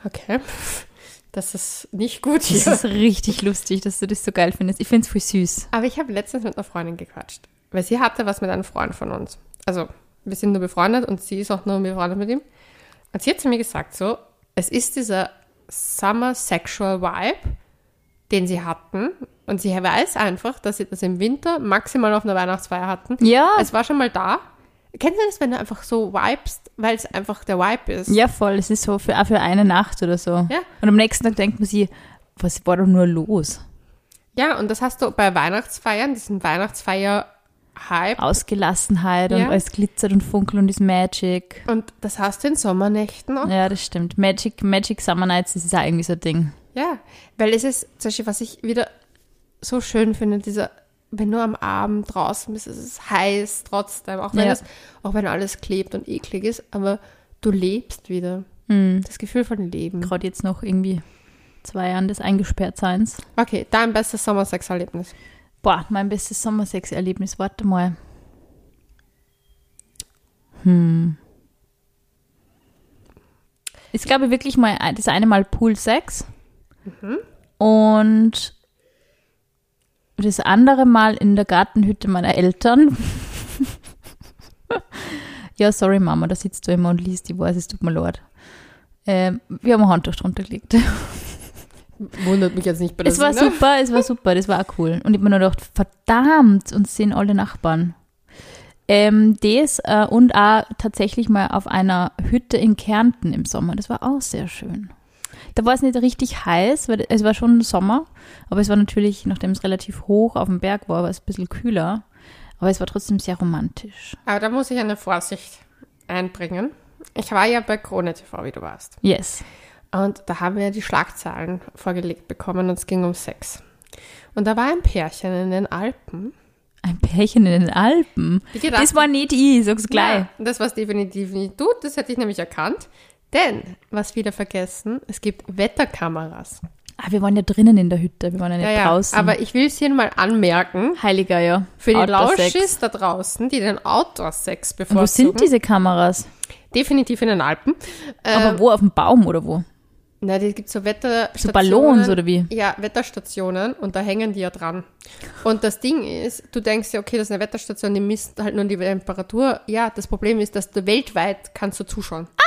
[SPEAKER 1] okay, das ist nicht gut
[SPEAKER 2] Das
[SPEAKER 1] hier.
[SPEAKER 2] ist richtig lustig, dass du das so geil findest. Ich finde es voll süß.
[SPEAKER 1] Aber ich habe letztens mit einer Freundin gequatscht, weil sie hatte was mit einem Freund von uns. Also wir sind nur befreundet und sie ist auch nur befreundet mit ihm. Und sie hat zu mir gesagt, so, es ist dieser Summer Sexual Vibe, den sie hatten. Und sie weiß einfach, dass sie das im Winter maximal auf einer Weihnachtsfeier hatten.
[SPEAKER 2] Ja.
[SPEAKER 1] Es war schon mal da. Ah. Kennst du das, wenn du einfach so vibest, weil es einfach der Vibe ist?
[SPEAKER 2] Ja, voll. Es ist so für, auch für eine Nacht oder so.
[SPEAKER 1] Ja.
[SPEAKER 2] Und am nächsten Tag denkt man sich, was war doch nur los?
[SPEAKER 1] Ja, und das hast du bei Weihnachtsfeiern, diesen Weihnachtsfeier-Hype.
[SPEAKER 2] Ausgelassenheit
[SPEAKER 1] Ja.
[SPEAKER 2] und alles glitzert und funkelt und ist Magic.
[SPEAKER 1] Und das hast du in Sommernächten auch.
[SPEAKER 2] Ja, das stimmt. Magic, Magic Summer Nights das ist ja irgendwie so ein Ding.
[SPEAKER 1] Ja, weil es ist, zum Beispiel, was ich wieder so schön finde, dieser, wenn du am Abend draußen bist, es ist heiß trotzdem, auch wenn,
[SPEAKER 2] Ja.
[SPEAKER 1] es, auch wenn alles klebt und eklig ist, aber du lebst wieder. Das Gefühl von Leben.
[SPEAKER 2] Gerade Hm. jetzt noch irgendwie zwei Jahren des Eingesperrtseins.
[SPEAKER 1] Okay, dein bestes Sommersexerlebnis.
[SPEAKER 2] Boah, mein bestes Sommersex-Erlebnis. Warte mal. Hm. Ist, glaube ich, wirklich mal ein- das eine Mal Poolsex. Und das andere Mal in der Gartenhütte meiner Eltern. ja, sorry, Mama, da sitzt du immer und liest. Ich weiß, es tut mir leid. Ähm, wir haben ein Handtuch drunter gelegt.
[SPEAKER 1] Wundert mich jetzt nicht bei der
[SPEAKER 2] Es war
[SPEAKER 1] Sina.
[SPEAKER 2] super, es war super, das war auch cool. Und ich habe mir nur gedacht, verdammt, uns sehen alle Nachbarn. Ähm, das äh, und auch tatsächlich mal auf einer Hütte in Kärnten im Sommer, das war auch sehr schön. Da war es nicht richtig heiß, weil es war schon Sommer, aber es war natürlich, nachdem es relativ hoch auf dem Berg war, war es ein bisschen kühler. Aber es war trotzdem sehr romantisch.
[SPEAKER 1] Aber da muss ich eine Vorsicht einbringen. Ich war ja bei Krone TV, wie du warst.
[SPEAKER 2] Yes.
[SPEAKER 1] Und da haben wir die Schlagzeilen vorgelegt bekommen und es ging um Sex. Und da war ein Pärchen in den Alpen.
[SPEAKER 2] Ein Pärchen in den Alpen.
[SPEAKER 1] Die gedacht-
[SPEAKER 2] Das war nicht ich, sag's gleich.
[SPEAKER 1] Ja, das war's definitiv nicht du, das hätte ich nämlich erkannt. Denn, was viele vergessen, es gibt Wetterkameras.
[SPEAKER 2] Ah, wir waren ja drinnen in der Hütte, wir waren ja nicht
[SPEAKER 1] Ja, ja,
[SPEAKER 2] draußen.
[SPEAKER 1] aber ich will es hier mal anmerken,
[SPEAKER 2] Heiliger, ja.
[SPEAKER 1] für die
[SPEAKER 2] Outdoor-Sex.
[SPEAKER 1] Lauschis da draußen, die den Outdoor-Sex
[SPEAKER 2] Und
[SPEAKER 1] bevorzugen.
[SPEAKER 2] wo sind diese Kameras?
[SPEAKER 1] Definitiv in den Alpen. Äh,
[SPEAKER 2] Aber wo? Auf dem Baum oder wo?
[SPEAKER 1] Na, die gibt so Wetter.
[SPEAKER 2] So Ballons oder wie?
[SPEAKER 1] Ja, Wetterstationen und da hängen die ja dran. Und das Ding ist, du denkst ja, okay, das ist eine Wetterstation, die misst halt nur die Temperatur. Ja, das Problem ist, dass du weltweit kannst du zuschauen. Ah!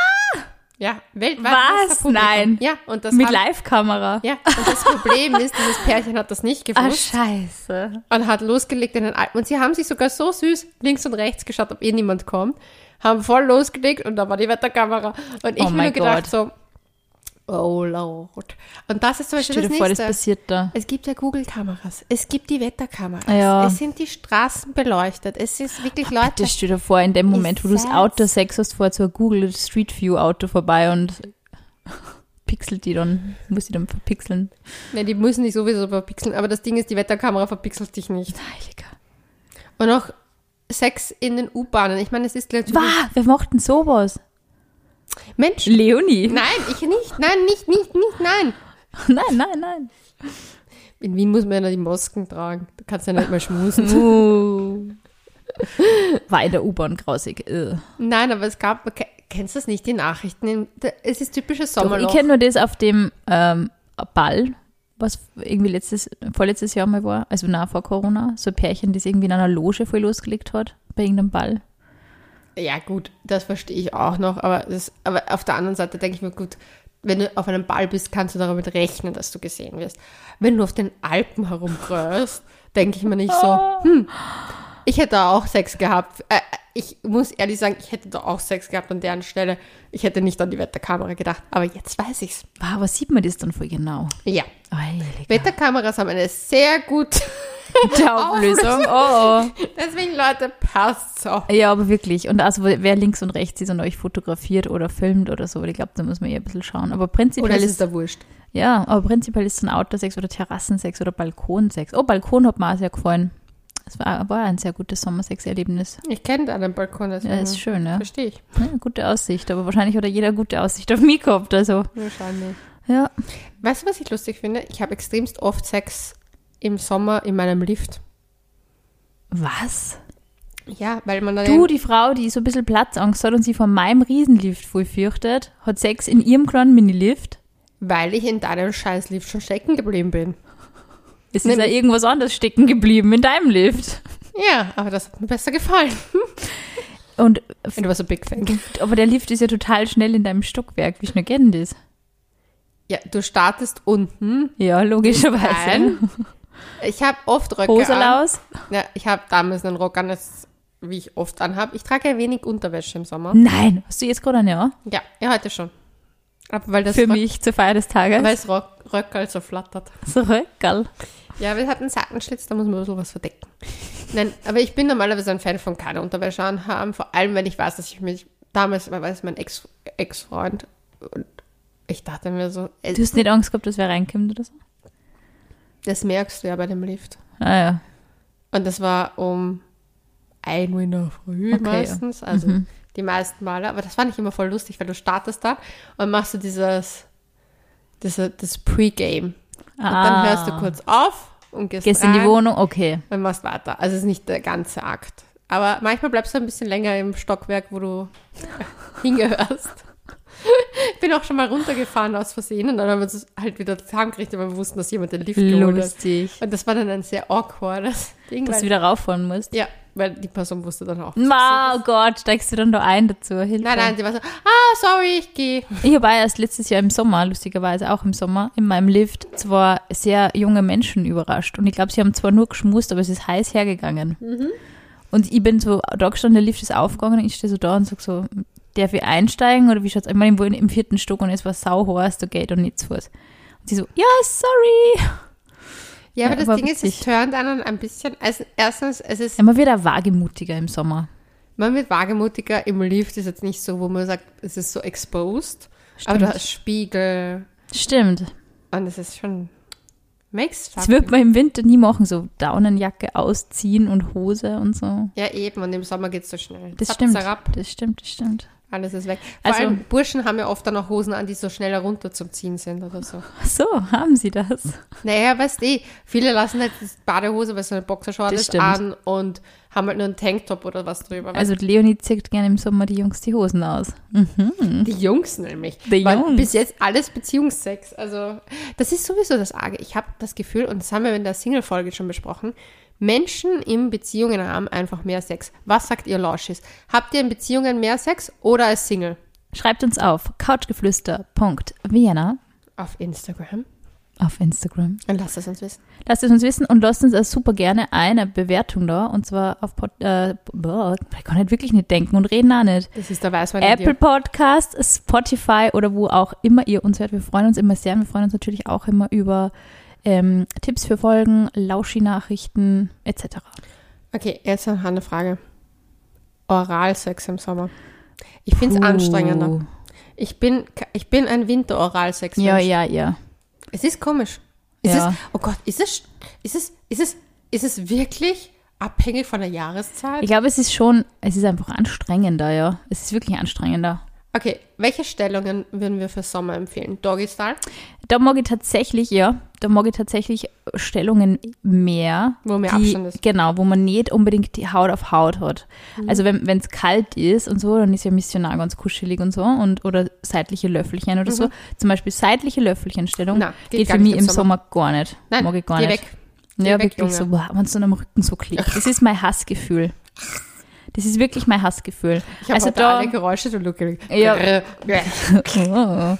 [SPEAKER 1] Ja, weltweit.
[SPEAKER 2] Was?
[SPEAKER 1] hast du Publikum.
[SPEAKER 2] Nein.
[SPEAKER 1] Ja, und das
[SPEAKER 2] Mit
[SPEAKER 1] hat,
[SPEAKER 2] Live-Kamera.
[SPEAKER 1] ja, und das Problem ist, dieses Pärchen hat das nicht
[SPEAKER 2] Ah,
[SPEAKER 1] gewusst
[SPEAKER 2] scheiße.
[SPEAKER 1] und hat losgelegt in den Alpen. Und sie haben sich sogar so süß links und rechts geschaut, ob eh niemand kommt, haben voll losgelegt und da war die Wetterkamera. Und ich
[SPEAKER 2] Oh
[SPEAKER 1] habe mir
[SPEAKER 2] mein
[SPEAKER 1] gedacht so, oh Lord. Und das ist zum Beispiel
[SPEAKER 2] Stell dir
[SPEAKER 1] das
[SPEAKER 2] vor, das
[SPEAKER 1] Nächste.
[SPEAKER 2] passiert da.
[SPEAKER 1] es gibt ja Google-Kameras, es gibt die Wetterkameras,
[SPEAKER 2] Ja.
[SPEAKER 1] es sind die Straßen beleuchtet, es ist wirklich Leute.
[SPEAKER 2] Bitte stell dir vor, in dem Moment, wo du das
[SPEAKER 1] sag's.
[SPEAKER 2] Outdoor-Sex hast, fährt so ein Google Street View Auto vorbei und pixelt die dann, muss die dann verpixeln.
[SPEAKER 1] Ne, die müssen dich sowieso verpixeln, aber das Ding ist, die Wetterkamera verpixelt dich nicht.
[SPEAKER 2] Heiliger.
[SPEAKER 1] Und auch Sex in den U-Bahnen. Ich meine, es ist natürlich...
[SPEAKER 2] Wah, wer macht denn sowas?
[SPEAKER 1] Mensch,
[SPEAKER 2] Leonie.
[SPEAKER 1] nein, ich nicht, nein, nicht, nicht, nicht, nein.
[SPEAKER 2] nein, nein, nein.
[SPEAKER 1] In Wien muss man ja die Masken tragen. Du kannst ja nicht mal schmusen.
[SPEAKER 2] Uh. War in der U-Bahn grausig. Äh.
[SPEAKER 1] Nein, aber es gab, ke- kennst du das nicht, die Nachrichten? In, da, es ist typisches
[SPEAKER 2] Doch,
[SPEAKER 1] Sommerloch.
[SPEAKER 2] ich kenne nur das auf dem ähm, Ball, was irgendwie letztes, vorletztes Jahr mal war, also nah vor Corona, so ein Pärchen, das irgendwie in einer Loge voll losgelegt hat, bei irgendeinem Ball.
[SPEAKER 1] ja gut, das verstehe ich auch noch, aber, das, aber auf der anderen Seite denke ich mir, gut, wenn du auf einem Ball bist, kannst du damit rechnen, dass du gesehen wirst. Wenn du auf den Alpen herumkröst, denke ich mir nicht so, hm, ich hätte da auch Sex gehabt. Äh, ich muss ehrlich sagen, ich hätte da auch Sex gehabt an deren Stelle. Ich hätte nicht an die Wetterkamera gedacht, aber jetzt weiß ich's.
[SPEAKER 2] Wow, was sieht man das dann voll genau?
[SPEAKER 1] Ja,
[SPEAKER 2] Heilige
[SPEAKER 1] Wetterkameras haben eine sehr gute
[SPEAKER 2] Auflösung, oh, oh.
[SPEAKER 1] Deswegen, Leute, passt so.
[SPEAKER 2] Ja, aber wirklich. Und also, wer links und rechts ist und euch fotografiert oder filmt oder so, ich glaube, da muss man eher ein bisschen schauen. Aber prinzipiell ist,
[SPEAKER 1] da wurscht?
[SPEAKER 2] ja, aber prinzipiell ist so ein Outdoor-Sex oder Terrassensex oder Balkonsex. Oh, Balkon hat mir auch sehr gefallen. Es war, war ein sehr gutes Sommersex-Erlebnis.
[SPEAKER 1] Ich kenne deinen Balkon, deswegen
[SPEAKER 2] Ja, ist schön, ne?
[SPEAKER 1] verstehe ich.
[SPEAKER 2] Ja, gute Aussicht, aber wahrscheinlich hat ja jeder gute Aussicht auf mich gehabt. Also,
[SPEAKER 1] Wahrscheinlich.
[SPEAKER 2] ja.
[SPEAKER 1] Weißt du, was ich lustig finde? Ich habe extremst oft Sex im Sommer in meinem Lift.
[SPEAKER 2] Was?
[SPEAKER 1] Ja, weil man dann...
[SPEAKER 2] Du, die Frau, die so ein bisschen Platzangst hat und sie von meinem Riesenlift voll fürchtet, hat Sex in ihrem kleinen Minilift.
[SPEAKER 1] weil ich in deinem scheiß Lift schon stecken geblieben bin.
[SPEAKER 2] Es ist ja
[SPEAKER 1] Nämlich-
[SPEAKER 2] irgendwas anderes stecken geblieben in deinem Lift.
[SPEAKER 1] Ja, aber das hat mir besser gefallen.
[SPEAKER 2] Und,
[SPEAKER 1] And it was a big thing.
[SPEAKER 2] aber der Lift ist ja total schnell in deinem Stockwerk. Wie schnell geht denn das?
[SPEAKER 1] Ja, du startest unten.
[SPEAKER 2] Ja, logischerweise.
[SPEAKER 1] Nein. Ich habe oft Röcke
[SPEAKER 2] Also. Hose
[SPEAKER 1] an.
[SPEAKER 2] raus?
[SPEAKER 1] Ja, ich habe damals einen Rock an, das, wie ich oft anhabe. Ich trage ja wenig Unterwäsche im Sommer.
[SPEAKER 2] Nein. Hast du jetzt gerade eine, ja?
[SPEAKER 1] Ja, ja, heute schon. Aber weil das
[SPEAKER 2] Für
[SPEAKER 1] Rock-
[SPEAKER 2] mich zur Feier des Tages.
[SPEAKER 1] Weil das Rock, Röckerl so flattert.
[SPEAKER 2] so, geil.
[SPEAKER 1] Ja, wir hatten Sackenschlitz, da muss man ein bisschen was verdecken. Nein, aber ich bin normalerweise ein Fan von keine Unterwäsche anhaben, vor allem wenn ich weiß, dass ich mich damals, weil es mein Ex- Ex-Freund und ich dachte mir so, äh,
[SPEAKER 2] Du hast nicht Angst gehabt, dass wer reinkommt oder so?
[SPEAKER 1] das merkst du ja bei dem Lift.
[SPEAKER 2] Ah ja.
[SPEAKER 1] Und das war um ein Uhr in der Früh
[SPEAKER 2] Okay, ja. Mhm.
[SPEAKER 1] meistens, also die meisten Male. Aber das fand ich immer voll lustig, weil du startest da und machst du dieses, diese, das Pre-Game. Und dann hörst du kurz auf und gehst,
[SPEAKER 2] Ah, Gehst in die
[SPEAKER 1] rein.
[SPEAKER 2] Wohnung? Okay.
[SPEAKER 1] Dann machst weiter. Also es ist nicht der ganze Akt. Aber manchmal bleibst du ein bisschen länger im Stockwerk, wo du hingehörst. Ich bin auch schon mal runtergefahren aus Versehen und dann haben wir uns halt wieder zusammengekriegt, weil wir wussten, dass jemand den Lift geholt hat.
[SPEAKER 2] Lustig.
[SPEAKER 1] Und das war dann ein sehr awkwardes Ding.
[SPEAKER 2] Dass du
[SPEAKER 1] weil,
[SPEAKER 2] wieder rauffahren musst.
[SPEAKER 1] ja, weil die Person wusste dann auch. dass
[SPEAKER 2] Ma,
[SPEAKER 1] du
[SPEAKER 2] oh Gott, steigst du dann da ein dazu?
[SPEAKER 1] bist.
[SPEAKER 2] Hilfe.
[SPEAKER 1] Nein, nein, die war so, ah, sorry, ich gehe.
[SPEAKER 2] Ich habe auch erst letztes Jahr im Sommer, lustigerweise auch im Sommer, in meinem Lift zwei sehr junge Menschen überrascht. Und ich glaube, sie haben zwar nur geschmust, aber es ist heiß hergegangen.
[SPEAKER 1] Mhm.
[SPEAKER 2] Und ich bin so da gestanden, der Lift ist aufgegangen und ich stehe so da und sage so, darf ich einsteigen oder wie schaut's aus? Ich meine, ich war im vierten Stock und es war sauheiß, da geht und nichts Fuß. Und sie so, ja, sorry.
[SPEAKER 1] Ja, aber
[SPEAKER 2] Ja,
[SPEAKER 1] das
[SPEAKER 2] aber
[SPEAKER 1] Ding ist, es
[SPEAKER 2] witzig.
[SPEAKER 1] turnt einen ein bisschen. Also erstens, es ist
[SPEAKER 2] Ja, man wird auch wagemutiger im Sommer.
[SPEAKER 1] Man wird wagemutiger im Lift, ist jetzt nicht so, wo man sagt, es ist so exposed. Aber du
[SPEAKER 2] Stimmt.
[SPEAKER 1] hast Spiegel
[SPEAKER 2] Stimmt.
[SPEAKER 1] und es ist schon. Makes
[SPEAKER 2] Das
[SPEAKER 1] fuck.
[SPEAKER 2] wird man im Winter nie machen, so Daunenjacke ausziehen und Hose und so.
[SPEAKER 1] Ja, eben, und im Sommer geht's so schnell.
[SPEAKER 2] Das
[SPEAKER 1] Zap,
[SPEAKER 2] stimmt.
[SPEAKER 1] zarab,
[SPEAKER 2] Das stimmt, das stimmt.
[SPEAKER 1] alles ist weg. Vor
[SPEAKER 2] Also-
[SPEAKER 1] allem Burschen haben ja oft dann auch Hosen an, die so schnell herunter zum Ziehen sind oder so.
[SPEAKER 2] Ach So, haben sie das?
[SPEAKER 1] Naja, weißt du, viele lassen halt die Badehose, weil so eine Boxershort
[SPEAKER 2] Das
[SPEAKER 1] ist,
[SPEAKER 2] stimmt.
[SPEAKER 1] an und haben halt nur einen Tanktop oder was drüber.
[SPEAKER 2] Also Leonie zieht gerne im Sommer die Jungs die Hosen aus. Mhm.
[SPEAKER 1] Die Jungs nämlich.
[SPEAKER 2] Die
[SPEAKER 1] Weil
[SPEAKER 2] Jungs.
[SPEAKER 1] Bis jetzt alles Beziehungssex. Also, das ist sowieso das Arge. Ich habe das Gefühl, und das haben wir in der Single-Folge schon besprochen, Menschen in Beziehungen haben einfach mehr Sex. Was sagt ihr Lauschis? Habt ihr in Beziehungen mehr Sex oder als Single?
[SPEAKER 2] Schreibt uns auf couchgeflüster.vienna
[SPEAKER 1] Auf Instagram.
[SPEAKER 2] auf Instagram.
[SPEAKER 1] Dann lasst es uns wissen.
[SPEAKER 2] Lasst es uns wissen und lasst uns auch super gerne eine Bewertung da. Und zwar auf Pod, äh, boah, ich kann halt wirklich nicht denken und reden auch nicht.
[SPEAKER 1] Das ist der Weißwein. in
[SPEAKER 2] Apple
[SPEAKER 1] dir.
[SPEAKER 2] Podcast, Spotify oder wo auch immer ihr uns hört. Wir freuen uns immer sehr und wir freuen uns natürlich auch immer über ähm, Tipps für Folgen, Lauschi-Nachrichten etc.
[SPEAKER 1] Okay, jetzt noch eine Frage. Oralsex im Sommer. Ich finde es
[SPEAKER 2] Puh.
[SPEAKER 1] anstrengender. Ich bin, ich bin ein Winter-Oralsex.
[SPEAKER 2] Ja, ja, ja.
[SPEAKER 1] Es ist komisch. Ist
[SPEAKER 2] Ja.
[SPEAKER 1] es, oh Gott, ist es, ist es, ist es, ist es wirklich abhängig von der Jahreszeit?
[SPEAKER 2] Ich glaube, es ist schon, es ist einfach anstrengender, ja. Es ist wirklich anstrengender.
[SPEAKER 1] okay, welche Stellungen würden wir für Sommer empfehlen? Doggy Style,
[SPEAKER 2] Da mag ich tatsächlich, ja, da mag ich tatsächlich Stellungen mehr.
[SPEAKER 1] Wo mehr
[SPEAKER 2] die,
[SPEAKER 1] Abstand ist. Mhm.
[SPEAKER 2] Genau, wo man nicht unbedingt die Haut auf Haut hat. Also wenn es kalt ist und so, dann ist ja Missionar ganz kuschelig und so. Und, oder seitliche Löffelchen oder so. Zum Beispiel seitliche Löffelchenstellung
[SPEAKER 1] Mhm. Na, geht
[SPEAKER 2] geht,
[SPEAKER 1] gar
[SPEAKER 2] für
[SPEAKER 1] nicht
[SPEAKER 2] mich
[SPEAKER 1] im
[SPEAKER 2] im Sommer. gar nicht.
[SPEAKER 1] Nein,
[SPEAKER 2] mag ich gar
[SPEAKER 1] geh
[SPEAKER 2] nicht.
[SPEAKER 1] weg.
[SPEAKER 2] Ja,
[SPEAKER 1] weg,
[SPEAKER 2] wirklich so,
[SPEAKER 1] Junge.
[SPEAKER 2] wenn es dann am Rücken so klickt. Das ist mein Hassgefühl. Das ist wirklich mein Hassgefühl.
[SPEAKER 1] Ich habe
[SPEAKER 2] also
[SPEAKER 1] heute
[SPEAKER 2] da,
[SPEAKER 1] alle Geräusche, du Lucke.
[SPEAKER 2] Ja.
[SPEAKER 1] Grrr, bleh.
[SPEAKER 2] Oh.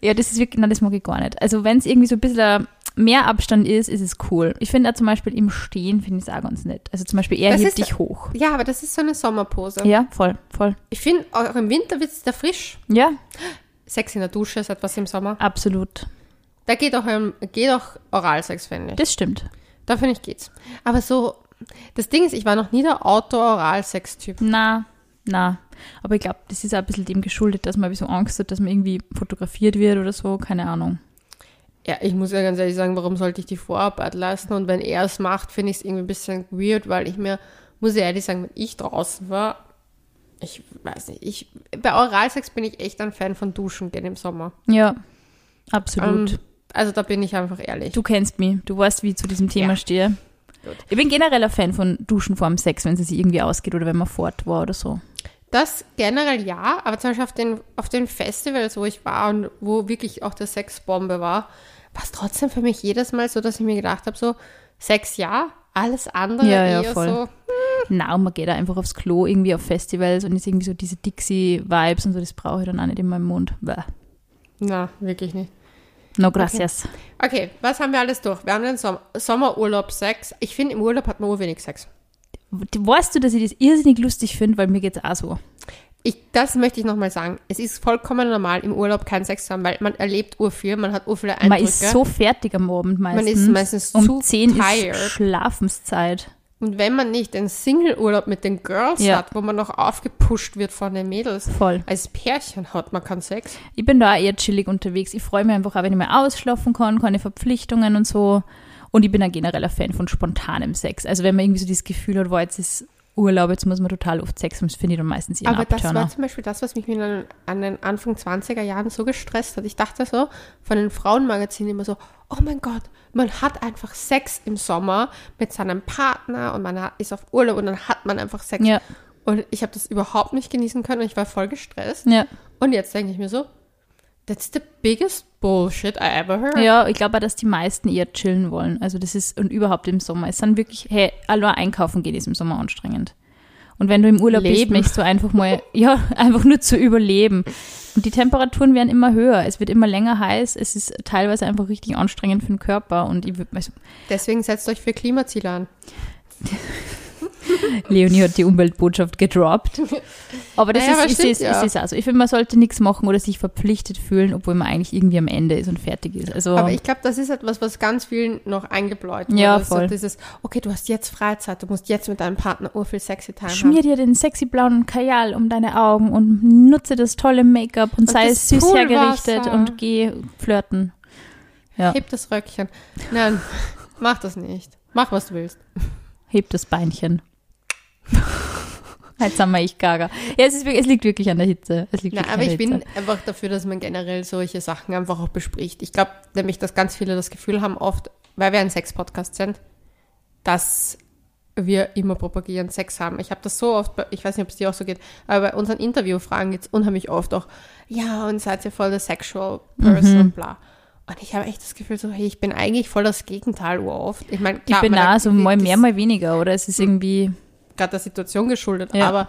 [SPEAKER 2] Ja, das ist wirklich, nein, das mag ich gar nicht. Also wenn es irgendwie so ein bisschen mehr Abstand ist, ist es cool. Ich finde auch zum Beispiel im Stehen finde ich es auch ganz nett. Also zum Beispiel er
[SPEAKER 1] Das ist-
[SPEAKER 2] hebt dich hoch.
[SPEAKER 1] Ja, aber das ist so eine Sommerpose.
[SPEAKER 2] Ja, voll, voll.
[SPEAKER 1] Ich finde, auch im Winter wird es da frisch.
[SPEAKER 2] Ja,
[SPEAKER 1] Sex in der Dusche ist etwas im Sommer.
[SPEAKER 2] absolut.
[SPEAKER 1] Da geht auch, ähm, geht auch Oralsex, finde ich.
[SPEAKER 2] Das stimmt.
[SPEAKER 1] Da finde ich geht's. Aber so, das Ding ist, ich war noch nie der Outdoor-Oralsex-Typ.
[SPEAKER 2] Na, na. Aber ich glaube, das ist auch ein bisschen dem geschuldet, dass man so Angst hat, dass man irgendwie fotografiert wird oder so. Keine Ahnung.
[SPEAKER 1] Ja, ich muss ja ganz ehrlich sagen, warum sollte ich die Vorarbeit leisten? Und wenn er es macht, finde ich es irgendwie ein bisschen weird, weil ich mir, muss ich ehrlich sagen, wenn ich draußen war, ich weiß nicht, ich, bei Oralsex bin ich echt ein Fan von Duschen gehen im Sommer.
[SPEAKER 2] Ja, absolut.
[SPEAKER 1] Ähm, also da bin ich einfach ehrlich.
[SPEAKER 2] Du kennst mich. Du weißt, wie ich zu diesem Thema
[SPEAKER 1] Ja.
[SPEAKER 2] stehe.
[SPEAKER 1] Gut.
[SPEAKER 2] Ich bin generell ein Fan von Duschen vor dem Sex, wenn es sich irgendwie ausgeht oder wenn man fort war oder so.
[SPEAKER 1] Das generell ja, aber zum Beispiel auf den, auf den Festivals, wo ich war und wo wirklich auch der Sexbombe war, war es trotzdem für mich jedes Mal so, dass ich mir gedacht habe, so Sex ja, alles andere
[SPEAKER 2] Ja, ja,
[SPEAKER 1] eher
[SPEAKER 2] voll.
[SPEAKER 1] so.
[SPEAKER 2] Na, und man geht da einfach aufs Klo, irgendwie auf Festivals und ist irgendwie so diese Dixie-Vibes und so, das brauche ich dann auch nicht in meinem Mund. Bäh.
[SPEAKER 1] Na, wirklich nicht.
[SPEAKER 2] No gracias.
[SPEAKER 1] Okay, was haben wir alles durch? Wir haben den Som Sommerurlaub Sex. Ich finde, im Urlaub hat man urwenig Sex.
[SPEAKER 2] Weißt du, dass ich das irrsinnig lustig finde, weil mir geht's auch so.
[SPEAKER 1] Ich, das möchte ich nochmal sagen. Es ist vollkommen normal, im Urlaub keinen Sex zu haben, weil man erlebt urviel, man hat urviele Eindrücke.
[SPEAKER 2] Man ist so fertig am Abend meistens.
[SPEAKER 1] ist meistens
[SPEAKER 2] um
[SPEAKER 1] zu
[SPEAKER 2] 10
[SPEAKER 1] tired.
[SPEAKER 2] ist Schlafenszeit.
[SPEAKER 1] Und wenn man nicht den Single-Urlaub mit den Girls
[SPEAKER 2] Ja.
[SPEAKER 1] hat, wo man noch aufgepusht wird von den Mädels,
[SPEAKER 2] Voll.
[SPEAKER 1] als Pärchen hat man keinen Sex.
[SPEAKER 2] Ich bin da auch eher chillig unterwegs. Ich freue mich einfach auch, wenn ich mal ausschlafen kann, keine Verpflichtungen und so. Und ich bin ein genereller Fan von spontanem Sex. Also wenn man irgendwie so dieses Gefühl hat, wow, jetzt ist Urlaub, jetzt muss man total oft Sex haben, das finde ich dann meistens eher ein
[SPEAKER 1] Aber das war
[SPEAKER 2] Abturner.
[SPEAKER 1] zum Beispiel das, was mich in den, an den Anfang 20er Jahren so gestresst hat. Ich dachte so von den Frauenmagazinen immer so, oh mein Gott, man hat einfach Sex im Sommer mit seinem Partner und man hat- ist auf Urlaub und dann hat man einfach Sex.
[SPEAKER 2] Ja.
[SPEAKER 1] Und ich habe das überhaupt nicht genießen können und ich war voll gestresst.
[SPEAKER 2] Ja.
[SPEAKER 1] Und jetzt denke ich mir so, that's the biggest bullshit I ever heard.
[SPEAKER 2] ja, ich glaube auch, dass die meisten eher chillen wollen. Also das ist, und überhaupt im Sommer. Es sind wirklich, hey, allein einkaufen gehen ist im Sommer anstrengend. Und wenn du im Urlaub lebst,
[SPEAKER 1] Leben.
[SPEAKER 2] möchtest du einfach mal, ja, einfach nur zu überleben. Und die Temperaturen werden immer höher, es wird immer länger heiß, es ist teilweise einfach richtig anstrengend für den Körper. Und ich, würd- also,
[SPEAKER 1] Deswegen setzt euch für Klimaziele an.
[SPEAKER 2] Leonie hat die Umweltbotschaft gedroppt. Aber das
[SPEAKER 1] Naja, aber
[SPEAKER 2] ist,
[SPEAKER 1] stimmt
[SPEAKER 2] ist, ist,
[SPEAKER 1] ja.
[SPEAKER 2] ist also. Ich finde, man sollte nichts machen oder sich verpflichtet fühlen, obwohl man eigentlich irgendwie am Ende ist und fertig ist. Also,
[SPEAKER 1] Aber ich glaube, das ist etwas, was ganz vielen noch eingebläut wurde.
[SPEAKER 2] Ja, voll.
[SPEAKER 1] So dieses, okay, du hast jetzt Freizeit, du musst jetzt mit deinem Partner urviel sexy time
[SPEAKER 2] Schmier
[SPEAKER 1] haben.
[SPEAKER 2] dir den sexy blauen Kajal um deine Augen und nutze das tolle Make-up und, sei
[SPEAKER 1] das
[SPEAKER 2] süß
[SPEAKER 1] Poolwasser.
[SPEAKER 2] hergerichtet und geh flirten. Ja, heb,
[SPEAKER 1] Heb das Röckchen. Nein, mach das nicht. Mach, was du willst.
[SPEAKER 2] das Beinchen. Jetzt haben wir ich gaga. Ja, es, ist, wirklich- es liegt wirklich an der Hitze. Es liegt
[SPEAKER 1] Na,
[SPEAKER 2] wirklich
[SPEAKER 1] aber
[SPEAKER 2] an der
[SPEAKER 1] ich bin
[SPEAKER 2] Hitze.
[SPEAKER 1] einfach dafür, dass man generell solche Sachen einfach auch bespricht. Ich glaube nämlich, dass ganz viele das Gefühl haben, oft, weil wir ein Sex-Podcast sind, dass wir immer propagieren, Sex haben. Ich habe das so oft, bei, ich weiß nicht, ob es dir auch so geht, aber bei unseren Interviewfragen geht es unheimlich oft auch, ja, und seid ihr voll der Sexual Person,
[SPEAKER 2] Mhm.
[SPEAKER 1] und bla. Und ich habe echt das Gefühl, so, hey, ich bin eigentlich voll das Gegenteil oft. Ich meine,
[SPEAKER 2] Ich
[SPEAKER 1] klar,
[SPEAKER 2] bin
[SPEAKER 1] meiner-
[SPEAKER 2] da so mal
[SPEAKER 1] das-
[SPEAKER 2] mehr, mal weniger, oder?
[SPEAKER 1] Hm.
[SPEAKER 2] Es ist irgendwie.
[SPEAKER 1] gerade der Situation geschuldet.
[SPEAKER 2] Ja.
[SPEAKER 1] Aber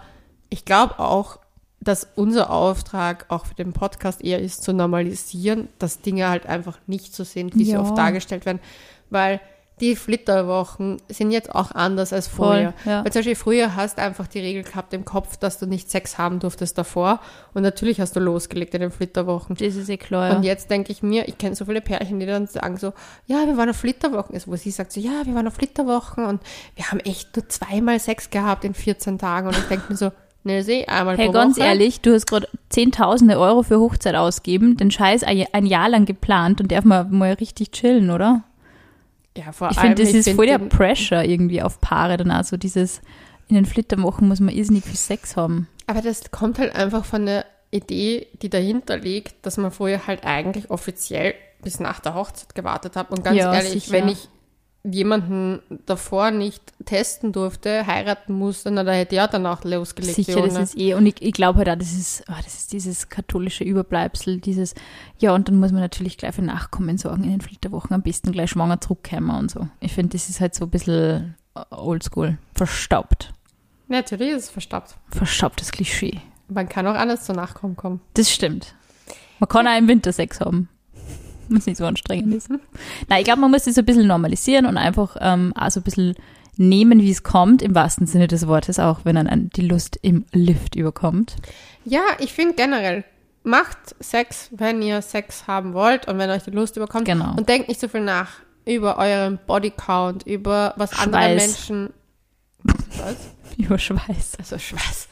[SPEAKER 1] ich glaube auch, dass unser Auftrag auch für den Podcast eher ist, zu normalisieren, dass Dinge halt einfach nicht so sind, wie sie
[SPEAKER 2] Ja.
[SPEAKER 1] oft dargestellt werden. Weil die Flitterwochen sind jetzt auch anders als
[SPEAKER 2] Voll,
[SPEAKER 1] früher.
[SPEAKER 2] ja.
[SPEAKER 1] Weil zum Beispiel früher hast du einfach die Regel gehabt im Kopf, dass du nicht Sex haben durftest davor. Und natürlich hast du losgelegt in den Flitterwochen.
[SPEAKER 2] Das ist eh klar.
[SPEAKER 1] Und jetzt denke ich mir, ich kenne so viele Pärchen, die dann sagen so, ja, wir waren auf Flitterwochen. Also, wo sie sagt so, ja, wir waren auf Flitterwochen und wir haben echt nur zweimal Sex gehabt in 14 Tagen. Und ich denke mir so, ne, sehe einmal
[SPEAKER 2] Hey,
[SPEAKER 1] pro
[SPEAKER 2] ganz
[SPEAKER 1] Woche.
[SPEAKER 2] ehrlich, du hast gerade Zehntausende Euro für Hochzeit ausgeben, den Scheiß ein ein Jahr lang geplant und darf man mal richtig chillen, oder?
[SPEAKER 1] Ja, vor
[SPEAKER 2] Ich
[SPEAKER 1] allem,
[SPEAKER 2] finde, das
[SPEAKER 1] ich
[SPEAKER 2] ist
[SPEAKER 1] find
[SPEAKER 2] voll der
[SPEAKER 1] den-
[SPEAKER 2] Pressure irgendwie auf Paare dann auch so dieses, in den Flitterwochen muss man irrsinnig viel Sex haben.
[SPEAKER 1] Aber das kommt halt einfach von der Idee, die dahinter liegt, dass man vorher halt eigentlich offiziell bis nach der Hochzeit gewartet hat. Und ganz
[SPEAKER 2] Ja,
[SPEAKER 1] ehrlich,
[SPEAKER 2] sicher.
[SPEAKER 1] wenn ich jemanden davor nicht testen durfte, heiraten musste, na, da hätte ich auch danach losgelegt. die
[SPEAKER 2] Sicher, das
[SPEAKER 1] Ohne.
[SPEAKER 2] ist eh, und ich, ich glaube halt auch, das ist, ah, das ist dieses katholische Überbleibsel, dieses, ja, und dann muss man natürlich gleich für Nachkommen sorgen in den Flitterwochen, am besten gleich schwanger zurückkommen und so. Ich finde, das ist halt so ein bisschen oldschool, verstaubt,
[SPEAKER 1] Natürlich ist es verstaubt.
[SPEAKER 2] verstaubtes Klischee.
[SPEAKER 1] Man kann auch anders zu Nachkommen kommen.
[SPEAKER 2] Das stimmt. Man kann auch im Winter Sex haben. Wenn es nicht so anstrengend ist. Nein, ich glaube, man muss das so ein bisschen normalisieren und einfach ähm, auch so ein bisschen nehmen, wie es kommt, im wahrsten Sinne des Wortes, auch wenn dann die Lust im Lift überkommt.
[SPEAKER 1] Ja, ich finde generell, macht Sex, wenn ihr Sex haben wollt und wenn euch die Lust überkommt.
[SPEAKER 2] Genau.
[SPEAKER 1] Und denkt nicht so viel nach über euren Bodycount, über was andere
[SPEAKER 2] Schweiß.
[SPEAKER 1] Menschen. Was?
[SPEAKER 2] Über Schweiß.
[SPEAKER 1] Also Schweiß.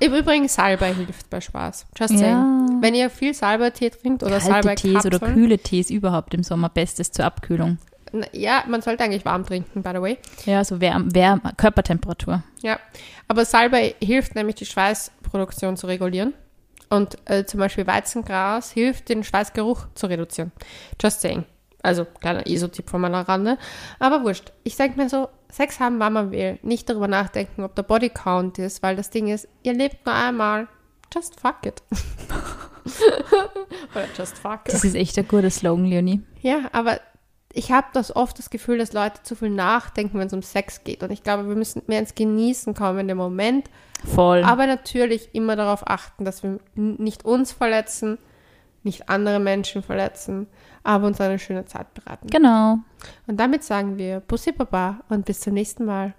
[SPEAKER 1] Im Übrigen, Salbei hilft bei Spaß. Just
[SPEAKER 2] Ja.
[SPEAKER 1] saying. Wenn ihr viel Salbeitee trinkt oder
[SPEAKER 2] Kalte Tees oder
[SPEAKER 1] Salbeikapseln.
[SPEAKER 2] kühle Tees überhaupt im Sommer, bestes zur Abkühlung.
[SPEAKER 1] Na, Ja, man sollte eigentlich warm trinken, by the way.
[SPEAKER 2] Ja, so wärm, wärm, Körpertemperatur.
[SPEAKER 1] Ja, aber Salbei hilft nämlich, die Schweißproduktion zu regulieren. Und äh, zum Beispiel Weizengras hilft, den Schweißgeruch zu reduzieren. Just saying. Also, kleiner ISO-Tipp von meiner Rande. Aber wurscht. Ich denke mir so, Sex haben, wann man will. Nicht darüber nachdenken, ob der Bodycount ist, weil das Ding ist, ihr lebt nur einmal. Just fuck it. Oder just fuck it.
[SPEAKER 2] Das ist echt ein guter Slogan, Leonie.
[SPEAKER 1] Ja, aber ich habe das oft das Gefühl, dass Leute zu viel nachdenken, wenn es um Sex geht. Und ich glaube, wir müssen mehr ins Genießen kommen in dem Moment.
[SPEAKER 2] Voll.
[SPEAKER 1] Aber natürlich immer darauf achten, dass wir n- nicht uns verletzen, nicht andere Menschen verletzen, aber uns eine schöne Zeit beraten.
[SPEAKER 2] genau.
[SPEAKER 1] Und damit sagen wir Bussi Baba und bis zum nächsten Mal.